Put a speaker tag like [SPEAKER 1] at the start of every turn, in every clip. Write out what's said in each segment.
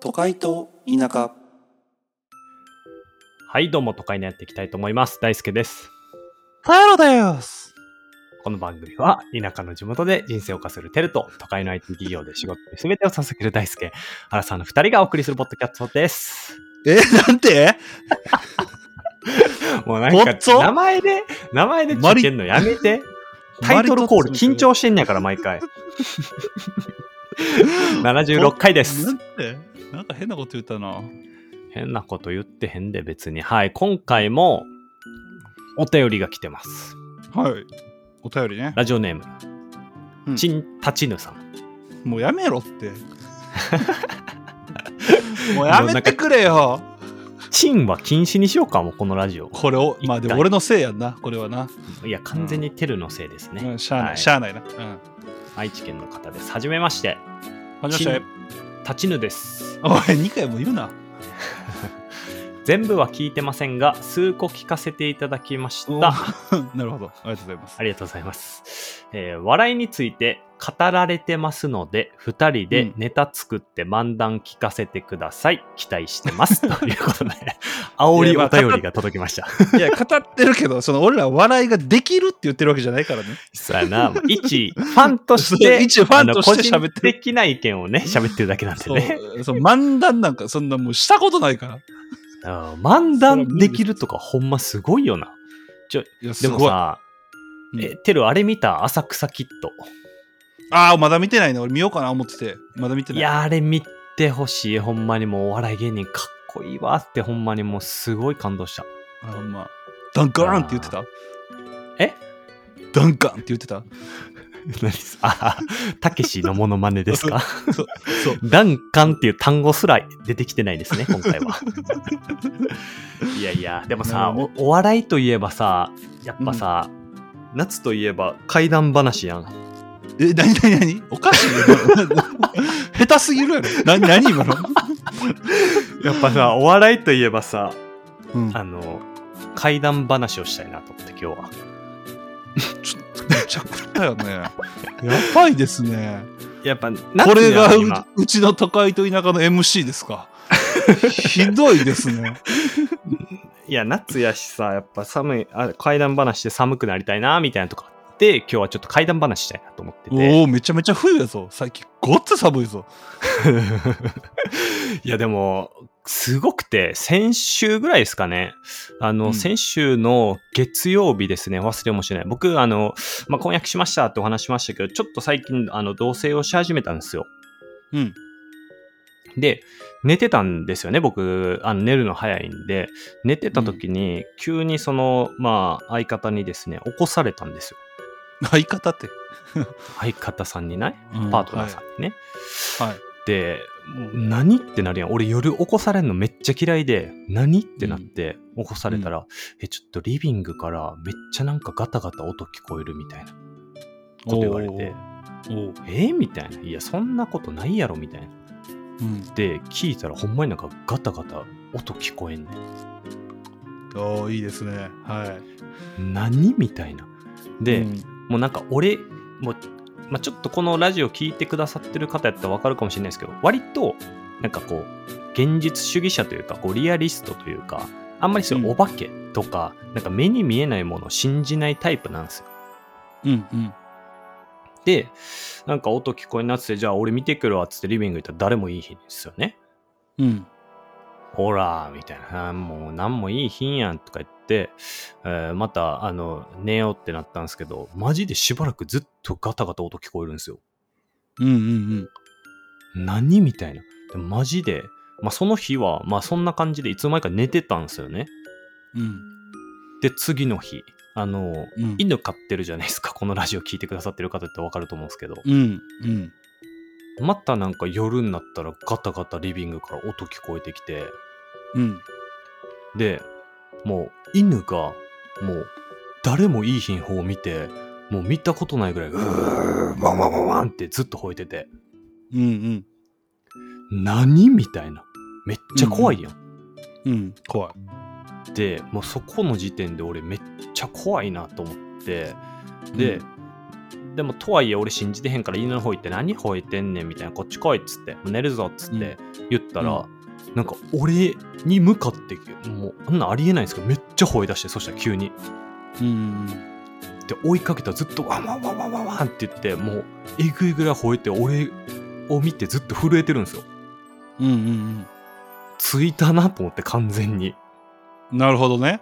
[SPEAKER 1] 都会と田 舎
[SPEAKER 2] はい、どうも、都会にやっていきたいと思います。大輔です。
[SPEAKER 3] さよろです。
[SPEAKER 2] この番組は、田舎の地元で人生を課するテルと、都会の IT 企業で仕事に全てを捧げる大輔、原さんの二人がお送りするポッドキャストです。
[SPEAKER 3] え、なんて
[SPEAKER 2] もうなん
[SPEAKER 3] ご
[SPEAKER 2] か
[SPEAKER 3] っ、つお
[SPEAKER 2] 名前で、名前で聞けんのやめて。タイトルコール緊張してんねやから、毎回。76回で
[SPEAKER 3] な
[SPEAKER 2] す
[SPEAKER 3] ん。てなんか変なこと言ったな。
[SPEAKER 2] 変なこと言ってへんで、別に。はい、今回も、お便りが来てます。
[SPEAKER 3] はい。お便りね。
[SPEAKER 2] ラジオネーム、
[SPEAKER 3] うん
[SPEAKER 2] ちんたちぬさん。
[SPEAKER 3] もうやめろ って。もうやめてくれよ。
[SPEAKER 2] チンは禁止にしようかもうこのラジオ
[SPEAKER 3] これを、まあでも俺のせいやんな、これはな。
[SPEAKER 2] いや完全にテルのせいですね、
[SPEAKER 3] うん、しゃあない、
[SPEAKER 2] はい
[SPEAKER 3] しゃあないな。うん。は
[SPEAKER 2] 愛知県の方ですはじめまして
[SPEAKER 3] じめまし
[SPEAKER 2] チ
[SPEAKER 3] て
[SPEAKER 2] ン。タチヌです
[SPEAKER 3] おい、2回も言う な。
[SPEAKER 2] 全部は聞いてませんが数個聞かせていただきました
[SPEAKER 3] なるほど。ありがとうございます
[SPEAKER 2] あ。りがとうございます、えー笑いについて語られてますので2人
[SPEAKER 3] う
[SPEAKER 2] で
[SPEAKER 3] ん
[SPEAKER 2] ネタ作って漫談聞かせてください期待してま すということで煽りお便りが届きました
[SPEAKER 3] いや、語ってるけど、その俺ら笑いができるって言ってるわけじゃないからね。
[SPEAKER 2] そうやな。もう一、ファンとして、
[SPEAKER 3] 一ファンとして
[SPEAKER 2] あの
[SPEAKER 3] 喋ってる
[SPEAKER 2] 個人的な意見をね、喋ってるだけなんで
[SPEAKER 3] そ
[SPEAKER 2] ね。
[SPEAKER 3] う、そう漫談なんかそんなもうしたことないから。
[SPEAKER 2] あー漫談できるとかほんますごいよな。
[SPEAKER 3] いや、す
[SPEAKER 2] でも
[SPEAKER 3] ごい。
[SPEAKER 2] さ、
[SPEAKER 3] うん
[SPEAKER 2] え、テルあれ見た浅草キット。
[SPEAKER 3] ああ、まだ見てないね。俺見ようかな思ってて。まだ見てないい。
[SPEAKER 2] や、あれ見てほしい。ほんまにもうお笑い芸人かっこいいわってほんまにもうすごい感動した。
[SPEAKER 3] あほんま。ダンカーンって言ってた
[SPEAKER 2] え
[SPEAKER 3] ダンカーンって言ってた
[SPEAKER 2] 何すあーたけしのモノマネです か
[SPEAKER 3] そう。そう。
[SPEAKER 2] ダンカンっていう単語すら出てきてないです ね、今回は。いやいや、でもさ、
[SPEAKER 3] うん
[SPEAKER 2] おお笑いといえばさ、やっぱさ、夏といえば怪談話やん。
[SPEAKER 3] え、なになになにおかしいよ。 今の下手すぎるやろ。なになに今の、
[SPEAKER 2] やっぱさ、お笑いといえばさ、
[SPEAKER 3] うん、
[SPEAKER 2] あの、怪談話をしたいなと思って今日は。
[SPEAKER 3] ちょっとめちゃくちゃよね。やばいですね。
[SPEAKER 2] やっぱ、
[SPEAKER 3] これが
[SPEAKER 2] 夏やん今
[SPEAKER 3] ううちの都会と田舎の MC ですか。ひどいですね。
[SPEAKER 2] いや、夏やしさ、やっぱ寒い、あ怪談話で寒くなりたいな、みたいなとかあって、今日はちょっと怪談話したいなと思ってて。
[SPEAKER 3] おお、めちゃめちゃ冬やぞ。最近、ごっつ寒いぞ。
[SPEAKER 2] いやでも、すごくて、先週ぐらいですかね。あの、
[SPEAKER 3] うん
[SPEAKER 2] 先週の月曜日ですね、忘れもしない。僕、あの、まあ、婚約しましたってお話しましたけど、ちょっと最近、あの、同棲をし始めたんですよ。
[SPEAKER 3] うん。
[SPEAKER 2] で、寝てたんですよね、僕、あの寝るの早いんで、寝てた時に、急にその、まあ、相方にですね、起こされたんですよ。
[SPEAKER 3] 相方って。
[SPEAKER 2] 相方さんにない
[SPEAKER 3] うん
[SPEAKER 2] パートナーさんにね。
[SPEAKER 3] はい。
[SPEAKER 2] で、もう何ってなるやん。俺夜起こされんのめっちゃ嫌いで、何ってなって起こされたら、え、ちょっとリビングからめっちゃなんかガタガタ音聞こえるみたいなこと言われて、
[SPEAKER 3] おー。おー
[SPEAKER 2] えみたいな。いや、そんなことないやろみたいな。
[SPEAKER 3] うん
[SPEAKER 2] で、聞いたらほんまになんかガタガタ音聞こえんね
[SPEAKER 3] おーいいですねは
[SPEAKER 2] ん。何みたいな。
[SPEAKER 3] い
[SPEAKER 2] で、
[SPEAKER 3] うん
[SPEAKER 2] もうなんか俺もう、まあ、ちょっとこのラジオ聞いてくださってる方やったらわかるかもしれないですけど割となんかこう現実主義者というかこうリアリストというかあんまりそういうお化けとか、なんか目に見えないものを信じないタイプなんですよ。
[SPEAKER 3] うんうん
[SPEAKER 2] でなんか音聞こえんなっつってじゃあ俺見てくるわっつってリビング行ったら誰もいい日ですよね。
[SPEAKER 3] うん
[SPEAKER 2] ほらみたいなあーもう何もいい日やんとか言って、えーまたあの寝ようってなったんですけどマジでしばらくずっとガタガタ音聞こえるんですよ。
[SPEAKER 3] うんうん
[SPEAKER 2] 何みたいな。でもマジで、まあ、その日は、まあ、そんな感じでいつの間にか寝てたんですよね。
[SPEAKER 3] うん
[SPEAKER 2] で、次の日、あ
[SPEAKER 3] う
[SPEAKER 2] の、
[SPEAKER 3] ん
[SPEAKER 2] 犬飼ってるじゃないですか。このラジオ聞いてくださってる方ってわかると思うんですけど。
[SPEAKER 3] うんうん
[SPEAKER 2] またなんか夜になったらガタガタリビングから音聞こえてきて、
[SPEAKER 3] うん
[SPEAKER 2] で、もう犬が、もう、誰もいい品方を見て、もう見たことないぐらい、うーワンワンワンワンってずっと吠えてて、
[SPEAKER 3] うん
[SPEAKER 2] 何みたいな。めっちゃ怖いやん。
[SPEAKER 3] うんうん怖い
[SPEAKER 2] でもうそこの時点で俺めっちゃ怖いなと思ってで、でもとはいえ俺信じてへんから犬の方行って何吠えてんねんみたいなこっち来いっつって寝るぞっつって言ったら、
[SPEAKER 3] う
[SPEAKER 2] なんか俺に向かってもうあんなんありえないんですけどめっちゃ吠え出してそしたら急に
[SPEAKER 3] うん。
[SPEAKER 2] で追いかけたらずっとワンワンワンワンワンワンって言ってもうえぐいぐらい吠えて俺を見てずっと震えてるんですよ
[SPEAKER 3] うんうん
[SPEAKER 2] 着いたなと思って完全に
[SPEAKER 3] うん。なるほどね。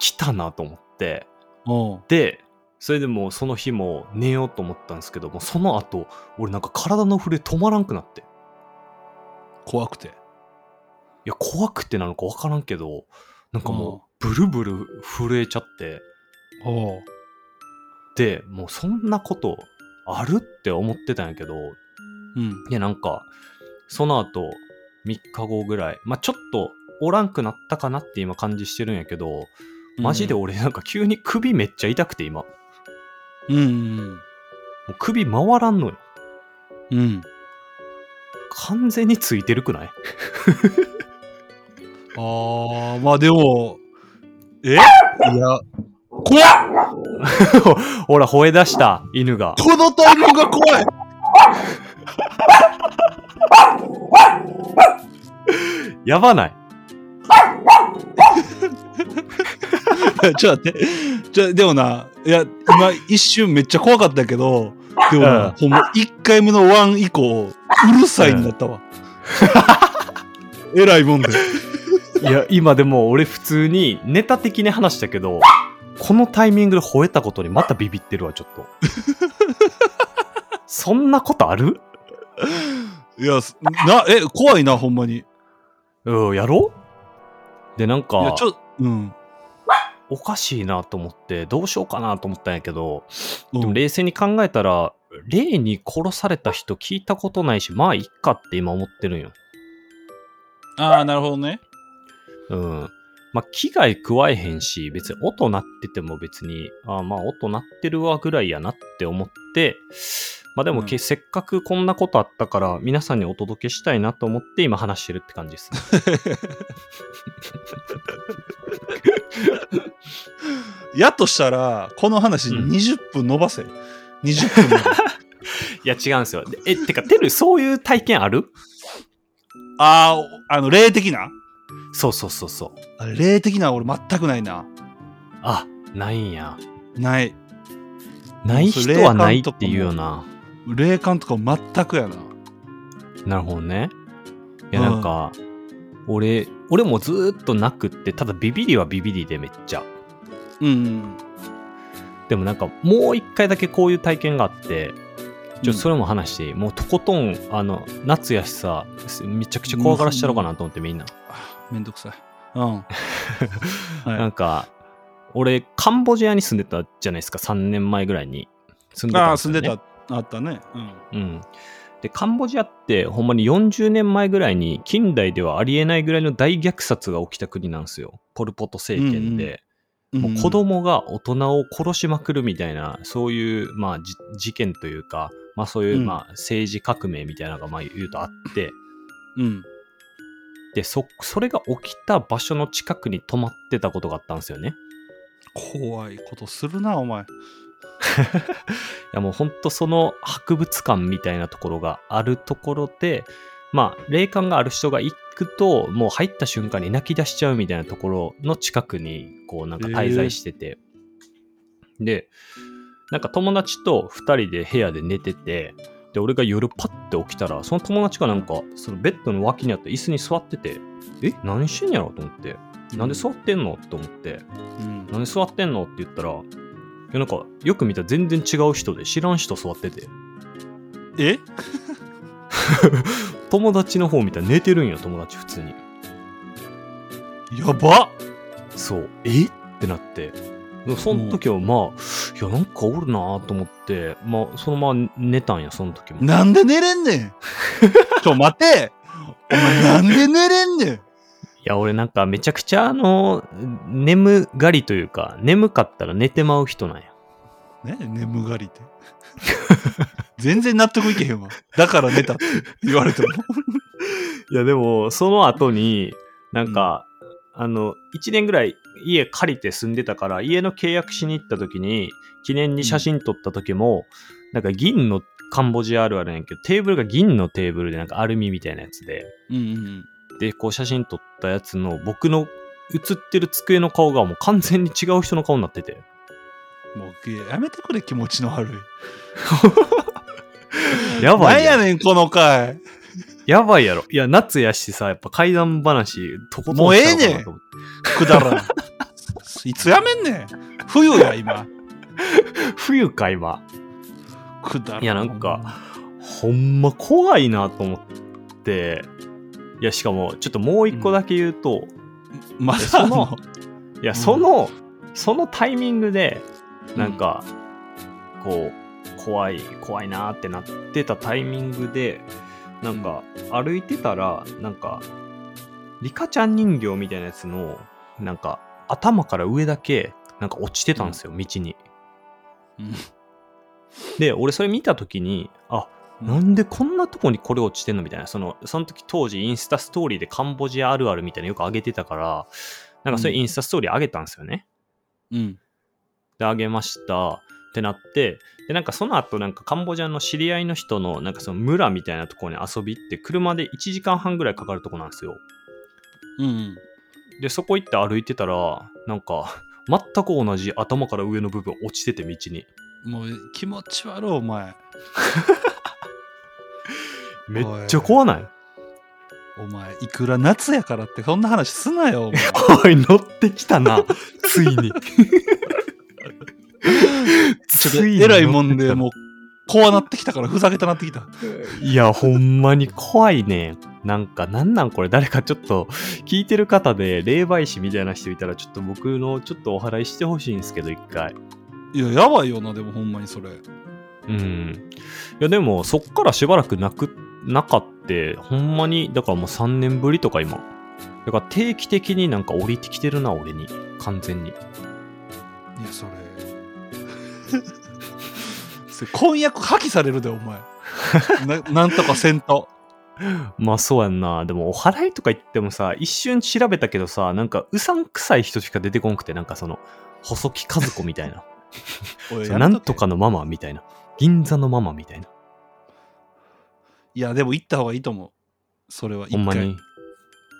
[SPEAKER 2] 来たなと思って
[SPEAKER 3] おう
[SPEAKER 2] でそれでもうその日も寝ようと思ったんですけどもその後俺なんか体の震え止まらんくなってい
[SPEAKER 3] 怖くて。
[SPEAKER 2] や怖くてなのか分からんけどなんか
[SPEAKER 3] うん
[SPEAKER 2] もうブルブル震えちゃって
[SPEAKER 3] おう
[SPEAKER 2] でもうそんなことあるって思ってたんやけど
[SPEAKER 3] うん。
[SPEAKER 2] いやなんかその後3日後ぐらいまあちょっとおらんくなったかなって今感じしてるんやけどマジで俺なんか急に首めっちゃ痛くて今も
[SPEAKER 3] うんうん
[SPEAKER 2] う首回らんのよ
[SPEAKER 3] うん。うん。
[SPEAKER 2] 完全についてるくない
[SPEAKER 3] ああ、まあでも、えいや、怖っ
[SPEAKER 2] ほら、吠え出した、犬が。
[SPEAKER 3] このタイミングが怖い
[SPEAKER 2] やばない。
[SPEAKER 3] ちょっと待って。ちょ、でもな、いや、今一瞬めっちゃ怖かったけど、でも
[SPEAKER 2] うん
[SPEAKER 3] な、ほんま1回目のワン以降、うるさいになったわ。えらいもんで。
[SPEAKER 2] いや、今でも俺普通にネタ的に話したけど、このタイミングで吠えたことにまたビビってるわ、ちょっ と。そんなことある
[SPEAKER 3] いや、すな、え、怖いな、ほんまに。い
[SPEAKER 2] うん、やろうで、なん
[SPEAKER 3] や、
[SPEAKER 2] か、
[SPEAKER 3] ちょ、うん。
[SPEAKER 2] おかしいなと思って、どうしようかなと思ったんやけど、
[SPEAKER 3] うん
[SPEAKER 2] でも冷静に考えたら、霊に殺された人聞いたことないし、まあ、いっかって今思ってるんよ。
[SPEAKER 3] ああ、なるほどね。
[SPEAKER 2] うん。まあ、危害加えへんし、別に音鳴ってても別に、あーまあ音鳴ってるわぐらいやなって思って、まあでも
[SPEAKER 3] う
[SPEAKER 2] け、
[SPEAKER 3] ん
[SPEAKER 2] せっかくこんなことあったから、皆さんにお届けしたいなと思って今話してるって感じです。
[SPEAKER 3] やとしたら、この話
[SPEAKER 2] うん
[SPEAKER 3] 20分伸ばせ。20分まで
[SPEAKER 2] いや、違うんですよ。でえ、てか、てる、そういう体験ある
[SPEAKER 3] ああ、あの、霊的な
[SPEAKER 2] そうそうそうそう。
[SPEAKER 3] あ霊的な俺全くないな。
[SPEAKER 2] あ、ないんや。
[SPEAKER 3] ない。
[SPEAKER 2] ない人はないっていうような。
[SPEAKER 3] 霊感とかも全くやな。
[SPEAKER 2] なるほどね。いや、なんか、俺、俺もずーっとなくって、ただビビりはビビりでめっちゃ。
[SPEAKER 3] うん。
[SPEAKER 2] でもなんかもう一回だけこういう体験があってちょ
[SPEAKER 3] うん
[SPEAKER 2] それも話していい、もうとことんあの夏やしさすめちゃくちゃ怖がらしちゃろうかなと思ってみんな、
[SPEAKER 3] あめんどくさい。 うん。はい
[SPEAKER 2] なんか俺カンボジアに住んでたじゃないですか3年前ぐらいに住んでた
[SPEAKER 3] あ
[SPEAKER 2] ん
[SPEAKER 3] あ、
[SPEAKER 2] ですよ、
[SPEAKER 3] 住
[SPEAKER 2] ね、
[SPEAKER 3] んでた、あったね。うん。
[SPEAKER 2] うんでカンボジアってほんまに40年前ぐらいに近代ではありえないぐらいの大虐殺が起きた国なんですよポル・ポト政権で、
[SPEAKER 3] うんうんも
[SPEAKER 2] もう子供が大人を殺しまくるみたいな、そういう、まあ、じ事件というか、まあ、そういう、
[SPEAKER 3] うん
[SPEAKER 2] まあ、政治革命みたいなのが、まあ、言うとあって、
[SPEAKER 3] うん。
[SPEAKER 2] で、そ、それが起きた場所の近くに泊まってたことがあったんですよね。い
[SPEAKER 3] 怖いことするな、お前。
[SPEAKER 2] や、もう本当その博物館みたいなところがあるところで、まあ、霊感がある人が行くと、もう入った瞬間に泣き出しちゃうみたいなところの近くに、こう、なんか滞在してて、で、なんか友達と2人で部屋で寝てて、で、俺が夜パッて起きたら、その友達がなんか、そのベッドの脇にあった椅子に座ってて、え、何してんやろと思って、なんで座ってんのと思って、
[SPEAKER 3] うん。
[SPEAKER 2] なんで座ってんのって言ったら、いや、なんか、よく見たら全然違う人で、知らん人座ってて、
[SPEAKER 3] え
[SPEAKER 2] 友達の方見たら寝てるんや、友達普通に。
[SPEAKER 3] やば
[SPEAKER 2] そう、えってなって、でもその時はまあ、いや、なんかおるなと思って、まあ、そのまま寝たんや、その時も。
[SPEAKER 3] なんで寝れん ねんちょ、待てお前、なんで寝れんねん
[SPEAKER 2] いや、俺なんかめちゃくちゃあの、眠がりというか、眠かったら寝てまう人なんや。
[SPEAKER 3] ね眠がり って。全然納得いけへんわ。だから寝たって言われて も。
[SPEAKER 2] いや、でも、その後に、なんか、あの、1年ぐらい家借りて住んでたから、家の契約しに行った時に、記念に写真撮った時も、なんか銀のカンボジアあるあるやねんけど、テーブルが銀のテーブルで、なんかアルミみたいなやつで、
[SPEAKER 3] うん
[SPEAKER 2] で、こう写真撮ったやつの、僕の写ってる机の顔がもう完全に違う人の顔になってて。
[SPEAKER 3] うん。もうやめてくれ気持ちの悪い。
[SPEAKER 2] やば
[SPEAKER 3] なん
[SPEAKER 2] いや
[SPEAKER 3] や
[SPEAKER 2] ん。
[SPEAKER 3] ねんこの回。
[SPEAKER 2] やばいやろ。いや、夏やしさ、やっぱ怪談話、とことん
[SPEAKER 3] もうええねん
[SPEAKER 2] したのかなと思って
[SPEAKER 3] くだらん。いつやめんねん。冬や今。
[SPEAKER 2] 冬か、今。
[SPEAKER 3] くだらん。
[SPEAKER 2] いやなんか。ほんま怖いなと思って。いや、しかも、ちょっともう一個だけ言うと、
[SPEAKER 3] ま
[SPEAKER 2] そ
[SPEAKER 3] だ
[SPEAKER 2] の
[SPEAKER 3] あの
[SPEAKER 2] いや、
[SPEAKER 3] ん
[SPEAKER 2] その、そのタイミングで、なんか、こう、怖い、怖いなーってなってたタイミングで、なんか、歩いてたら、なんか、リカちゃん人形みたいなやつの、なんか、頭から上だけ、なんか落ちてたんですよ、道に。
[SPEAKER 3] うん
[SPEAKER 2] で、俺それ見た時に、あ、
[SPEAKER 3] うん
[SPEAKER 2] なんでこんなとこにこれ落ちてんのみたいな。その、その時当時インスタストーリーでカンボジアあるあるみたいなのよく上げてたから、なんかそれインスタストーリー上げたんですよね。
[SPEAKER 3] うん。
[SPEAKER 2] で、あげましたってなって、で、なんかその後、なんかカンボジアの知り合いの人の、なんかその村みたいなところに遊び行って、車で1時間半ぐらいかかるとこなんですよ。
[SPEAKER 3] うん。
[SPEAKER 2] で、そこ行って歩いてたら、なんか、全く同じ頭から上の部分落ちてて道に。
[SPEAKER 3] もう気持ち悪いお前。
[SPEAKER 2] めっちゃ怖ない
[SPEAKER 3] お前、いくら夏やからってそんな話すな よ、お前。
[SPEAKER 2] おい、乗ってきたな。ついに。
[SPEAKER 3] ちょっと偉いもんで、
[SPEAKER 2] う。
[SPEAKER 3] もう、怖なってきたから、ふざけたなってきた。
[SPEAKER 2] いや、ほんまに怖いね。なんか、なんなんこれ、誰かちょっと、聞いてる方で、霊媒師みたいな人いたら、ちょっと僕の、ちょっとお祓いしてほしいんですけど、一回。
[SPEAKER 3] いや、やばいよな、でもほんまにそれ。
[SPEAKER 2] うん。いや、でも、そっからしばらくなく、なかって、ほんまに、だからもう3年ぶりとか、今。だから定期的になんか降りてきてるな、俺に。完全に。
[SPEAKER 3] いや、それ。 それ婚約破棄されるで、お前。ななんとかせん と。
[SPEAKER 2] まあそうやんな。でもお祓いとか言ってもさ、一瞬調べたけどさ、なんかうさんくさい人しか出てこんくて、なんかその、細木和子みたいな。
[SPEAKER 3] おいやめ
[SPEAKER 2] なん
[SPEAKER 3] け
[SPEAKER 2] とかのママみたいな。銀座のママみたいな。
[SPEAKER 3] いや、でも行った方がいいと思う。それは
[SPEAKER 2] ほ
[SPEAKER 3] 一
[SPEAKER 2] んま
[SPEAKER 3] 回。
[SPEAKER 2] に。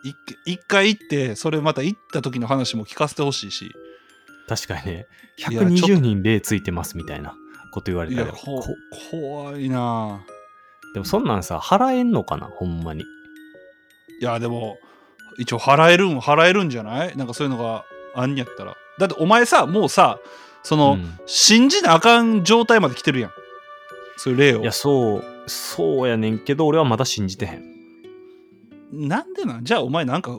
[SPEAKER 3] 一回一回行って、それまた行った時の話も聞かせてほしいし。
[SPEAKER 2] 確かにね。
[SPEAKER 3] いやちょっと
[SPEAKER 2] 120人霊ついてますみたいなこと言われ
[SPEAKER 3] い
[SPEAKER 2] た
[SPEAKER 3] や、
[SPEAKER 2] ら。こ
[SPEAKER 3] こ怖いなぁ
[SPEAKER 2] でもそんなんさ、払えんのかなほんまに。
[SPEAKER 3] いやでも一応払えるん払えるんじゃないなんかそういうのがあんやったらだってお前さもうさその、
[SPEAKER 2] うん
[SPEAKER 3] 信じなあかん状態まで来てるやんそういう例を
[SPEAKER 2] いや、そう、そうやねんけど、俺はまだ信じてへん。
[SPEAKER 3] なんでなんじゃあお前なんか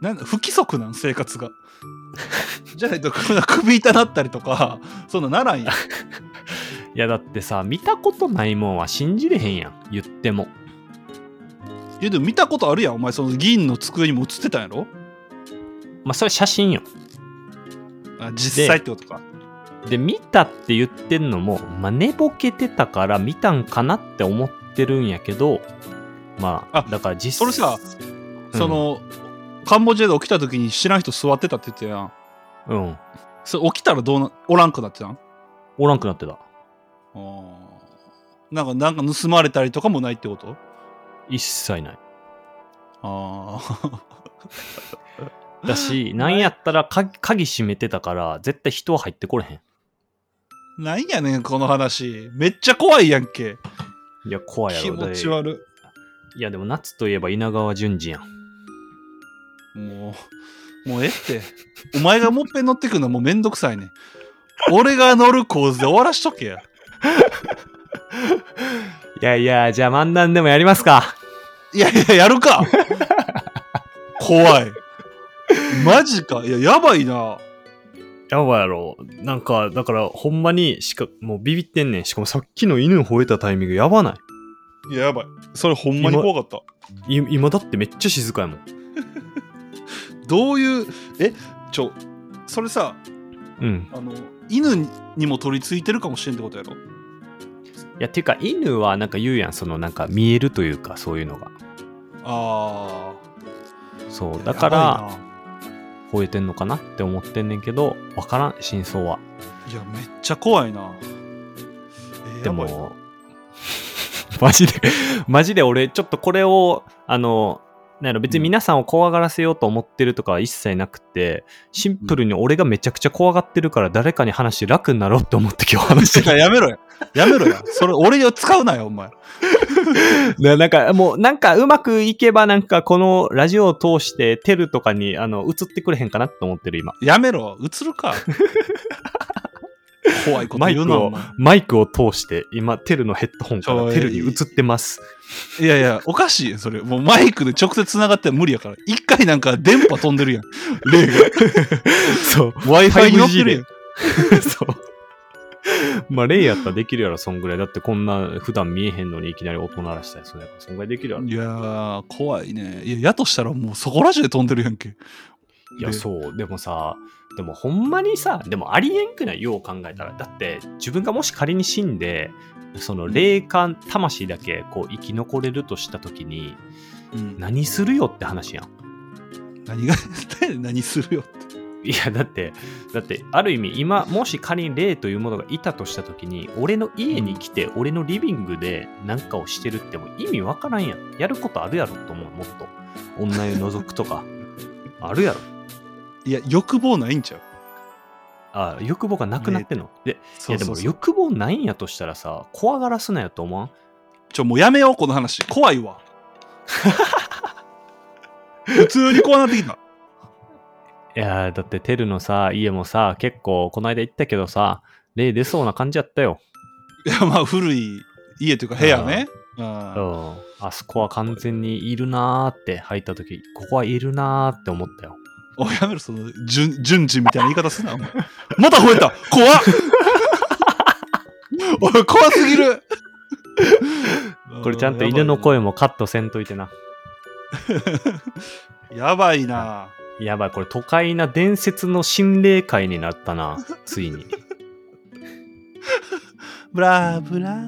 [SPEAKER 3] なんだ不規則なん生活 がじゃないと こんな首痛なったりとかそんなならんやん
[SPEAKER 2] いや、だってさ、見たことないもんは信じれへんやん。言っても。
[SPEAKER 3] いやでも見たことあるやんお前その銀の机にも映ってたんやろ
[SPEAKER 2] まあ、それは写真よ。
[SPEAKER 3] あ実際ってことか
[SPEAKER 2] で見たって言ってんのも、まあ、寝ぼけてたから見たんかなって思ってるんやけどまあ
[SPEAKER 3] あ
[SPEAKER 2] だから実
[SPEAKER 3] それさ
[SPEAKER 2] うん
[SPEAKER 3] その、カンボジアで起きた時に知らん人座ってたって言ってたやん
[SPEAKER 2] うん
[SPEAKER 3] それ起きたらどうなおらんくなってたん
[SPEAKER 2] おらんくなってた
[SPEAKER 3] あーなんかなんか盗まれたりとかもないってこと
[SPEAKER 2] 一切ない
[SPEAKER 3] ああ
[SPEAKER 2] だ しなんやったら鍵鍵閉めてたから絶対人は入ってこれへ
[SPEAKER 3] なんやねんこの話めっちゃ怖いやんけ
[SPEAKER 2] んいや怖いや
[SPEAKER 3] 気
[SPEAKER 2] ろ
[SPEAKER 3] 持ち
[SPEAKER 2] だい
[SPEAKER 3] 悪
[SPEAKER 2] いやでも夏といえば稲川淳二やん
[SPEAKER 3] いもうもうええってお前がもっぺん乗ってくるのはもうめんどくさいねん俺が乗る構図で終わらしとけや
[SPEAKER 2] いやいやじゃあ漫談でもやりますか
[SPEAKER 3] いやいややる か怖いマジかいややばいな
[SPEAKER 2] やばいやろなんかだからほんまにしかもうビビってんねんしかもさっきの犬吠えたタイミングやばない
[SPEAKER 3] いややばいそれほんまに怖かった
[SPEAKER 2] い今だってめっちゃ静かやもん
[SPEAKER 3] どういうえちょそれさ
[SPEAKER 2] うん
[SPEAKER 3] あの犬にも取り付いてるかもしれんってことやろ
[SPEAKER 2] いや、ていうか、犬はなんか言うやん、そのなんか見えるというか、そういうのが。
[SPEAKER 3] あ
[SPEAKER 2] そう。
[SPEAKER 3] あ
[SPEAKER 2] だから、超えてんのかなって思ってんねんけど、わからん、真相は。
[SPEAKER 3] いや、めっちゃ怖いな。えー
[SPEAKER 2] で
[SPEAKER 3] やばいな
[SPEAKER 2] も、 マジで、マジで俺、ちょっとこれを、あの、なんやろ別に皆さんを怖がらせようと思ってるとかは一切なくて、シンプルに俺がめちゃくちゃ怖がってるから誰かに話して楽になろうと思って今日話して
[SPEAKER 3] いややめろや。やめろや。それ、俺を使うなよ、お前。
[SPEAKER 2] ななんか、もう、なんか、うまくいけば、なんか、このラジオを通して、テルとかに、あの、映ってくれへんかなと思ってる、今。
[SPEAKER 3] やめろ。映る か。怖いこと言うな、
[SPEAKER 2] マイクを
[SPEAKER 3] お前。
[SPEAKER 2] マイクを通して、今、テルのヘッドホンか
[SPEAKER 3] ちょ
[SPEAKER 2] ら、
[SPEAKER 3] い
[SPEAKER 2] テルに映ってます。
[SPEAKER 3] いやいや、おかしいよ、それ。もうマイクで直接繋がっても無理やから。一回なんか電波飛んで るやん。例が。
[SPEAKER 2] そう。
[SPEAKER 3] Wi-Fi に乗ってるやん。
[SPEAKER 2] そう。まあ、レイやったらできるやろ、そんぐらい。だって、こんな、普段見えへんのに、いきなり音鳴らしたりするやから、そんぐらいできるやろ。
[SPEAKER 3] いやー、怖いね。いや、やとしたらもうそこら中で飛んでるやんけ。
[SPEAKER 2] いや、
[SPEAKER 3] で
[SPEAKER 2] そう。でもさ、でもほんまにさ、でもありえんくないよう考えたら。だって、自分がもし仮に死んで、その霊感、魂だけこう生き残れるとしたときに、
[SPEAKER 3] うん、
[SPEAKER 2] 何するよって話やん。
[SPEAKER 3] 何が、 何するよって。
[SPEAKER 2] いや、だって、だって、ある意味、今、もし仮に霊というものがいたとしたときに、俺の家に来て、俺のリビングでなんかをしてるってもう意味わからんやん。やることあるやろと思う、もっと。女湯覗くと か。あるやろ。
[SPEAKER 3] いや、欲望ないんちゃう
[SPEAKER 2] あ、欲望がなくなってんの。で、い
[SPEAKER 3] そ
[SPEAKER 2] や
[SPEAKER 3] う
[SPEAKER 2] で
[SPEAKER 3] そ
[SPEAKER 2] も
[SPEAKER 3] うそう。
[SPEAKER 2] 欲望ないんやとしたらさ怖がらすなよと思わん
[SPEAKER 3] ちょ、もうやめよう、この話。怖いわ。 普通に怖なってきた。
[SPEAKER 2] いやーだってテルのさ家もさ結構この間行ったけどさ例出そうな感じやったよ、
[SPEAKER 3] いや、まあ、古い家というか部屋ね。あ
[SPEAKER 2] う
[SPEAKER 3] ー
[SPEAKER 2] ん、あそこは完全にいるなーって入った時ここはいるなーって思ったよ
[SPEAKER 3] おいやめろ、その、順、順次みたいな言い方すな、お前。また吠えた怖っ おい、怖すぎる
[SPEAKER 2] これちゃんと犬の。声もカットせんといてな
[SPEAKER 3] やばいな。
[SPEAKER 2] やばいこれ都会な伝説の心霊界になったなついに
[SPEAKER 3] ブラブラ。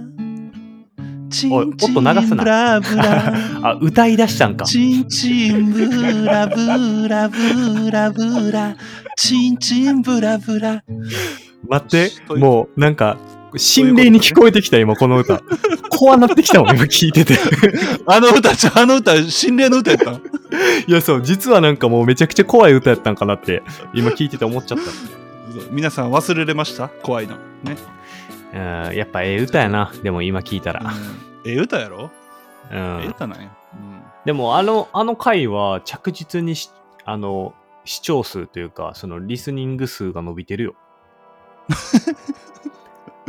[SPEAKER 3] チ
[SPEAKER 2] おい
[SPEAKER 3] ンチン
[SPEAKER 2] 音流す
[SPEAKER 3] ブ
[SPEAKER 2] な
[SPEAKER 3] ラブラ。
[SPEAKER 2] あ歌い出したんか
[SPEAKER 3] チンチンブラブ ラブラブラ。チンチンブラブラ。
[SPEAKER 2] 待って
[SPEAKER 3] そういう
[SPEAKER 2] もうなんか心霊に聞こえてきた今この歌怖なってきたもん今聞いてて
[SPEAKER 3] あの歌、ちょあの歌、心霊の歌やったん
[SPEAKER 2] いやそう実はなんかもうめちゃくちゃ怖い歌やったんかなって今聞いてて思っちゃっ
[SPEAKER 3] そう皆さん忘れれました怖いの。ね。
[SPEAKER 2] たうんやっぱええ歌やなでも今聞いたら、
[SPEAKER 3] ええ歌やろ
[SPEAKER 2] う
[SPEAKER 3] ええ
[SPEAKER 2] ん、
[SPEAKER 3] 歌なんや。うん
[SPEAKER 2] でもあのあの回は着実にしあの視聴数というかそのリスニング数が伸びて るよ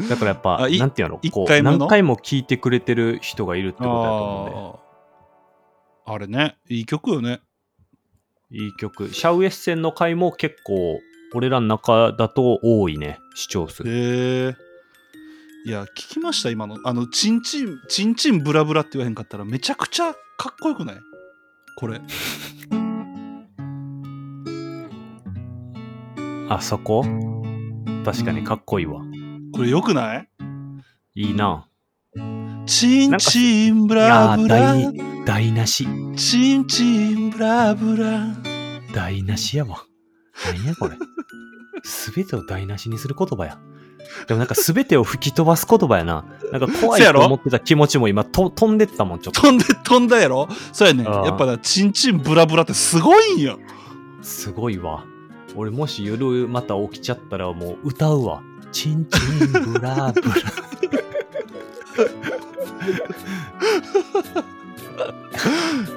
[SPEAKER 2] だからやっぱ
[SPEAKER 3] あい
[SPEAKER 2] なんていうの
[SPEAKER 3] 一
[SPEAKER 2] こう
[SPEAKER 3] 回目の
[SPEAKER 2] 何回も聞いてくれてる人がいるってことだと思うんで
[SPEAKER 3] あーあれね、いい曲よね。
[SPEAKER 2] いい曲シャウエッセンの回も結構俺らの中だと多いね視聴数
[SPEAKER 3] へえ。いや、聞きました、今の。あの、チンチン、チンチンブラブラって言わへんかったら、めちゃくちゃかっこよくないこれ。
[SPEAKER 2] あそこ確かにかっこいいわ、
[SPEAKER 3] これよくない
[SPEAKER 2] いいな。
[SPEAKER 3] チンチンブ
[SPEAKER 2] いや
[SPEAKER 3] ラ
[SPEAKER 2] ー
[SPEAKER 3] ブラ。
[SPEAKER 2] 台、台無し。
[SPEAKER 3] チンチンブラブラ。
[SPEAKER 2] 台無しやわ。何やこれ。すべてを台無しにする言葉や。でもなんかすべてを吹き飛ばす言葉やな。なんか怖い
[SPEAKER 3] せや
[SPEAKER 2] と
[SPEAKER 3] ろ
[SPEAKER 2] 思ってた気持ちも今と飛んでったもん、ちょっと。
[SPEAKER 3] 飛んで、飛んだやろそうやね。
[SPEAKER 2] あー
[SPEAKER 3] やっぱな、チンチンブラブラってすごいんや。
[SPEAKER 2] すごいわ。俺もし夜また起きちゃったらもう歌うわ。チンチンブラブラ。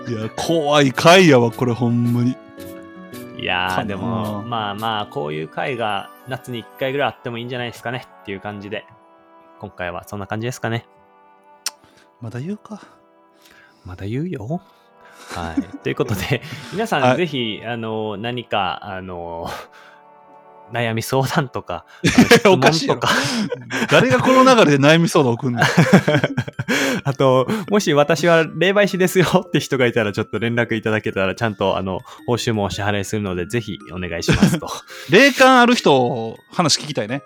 [SPEAKER 3] いや、怖い回やわ、これほんまに。
[SPEAKER 2] いや
[SPEAKER 3] か
[SPEAKER 2] ー
[SPEAKER 3] な
[SPEAKER 2] でもまあまあこういう回が夏に1回ぐらいあってもいいんじゃないですかねっていう感じで今回はそんな感じですかね。
[SPEAKER 3] まだ言うか。
[SPEAKER 2] まだ言うよ。 はい。ということで、皆さ
[SPEAKER 3] は
[SPEAKER 2] ん、
[SPEAKER 3] い
[SPEAKER 2] ぜひ、あの、何か、あの、悩み相談と か、あ
[SPEAKER 3] お
[SPEAKER 2] の
[SPEAKER 3] か
[SPEAKER 2] 質
[SPEAKER 3] しいや
[SPEAKER 2] 問と
[SPEAKER 3] ろ
[SPEAKER 2] か、
[SPEAKER 3] 誰がこの流れで悩み相談送んの
[SPEAKER 2] あと、もし私は霊媒師ですよって人がいたら、ちょっと連絡いただけたら、ちゃんと、あの、報酬もお支払いするので、ぜひお願いしますと。
[SPEAKER 3] 霊感ある人、話聞きたいね。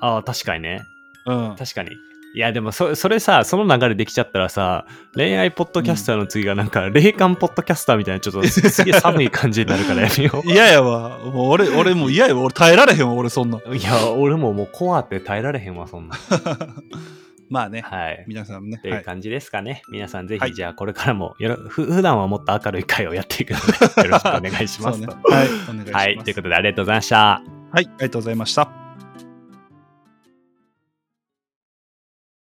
[SPEAKER 2] ああ、確かにね。
[SPEAKER 3] うん。
[SPEAKER 2] 確かに。いやでもそそれさその流れできちゃったらさ恋愛ポッドキャスターの次がなんか霊感ポッドキャスターみたいなちょっとすすげえ寒い感じになるからやめよう
[SPEAKER 3] 嫌やわ。もう俺、俺もう嫌やわ。俺耐えられへんわ、俺そんなん。
[SPEAKER 2] いや俺ももう怖って耐えられへんわそんな
[SPEAKER 3] まあね、
[SPEAKER 2] はい
[SPEAKER 3] 皆さんもね
[SPEAKER 2] っ。て
[SPEAKER 3] は
[SPEAKER 2] いう
[SPEAKER 3] い、
[SPEAKER 2] 感じですかね、皆さんぜ
[SPEAKER 3] は
[SPEAKER 2] ひ
[SPEAKER 3] い
[SPEAKER 2] じゃあこれからもよろ、ふ普段はもっと明るい回をやっていくの でよろしくお願いしま
[SPEAKER 3] そう
[SPEAKER 2] す
[SPEAKER 3] ね。
[SPEAKER 2] と
[SPEAKER 3] はい、お願いします。
[SPEAKER 2] はいということでありがとうございました
[SPEAKER 3] はい、ありがとうございました。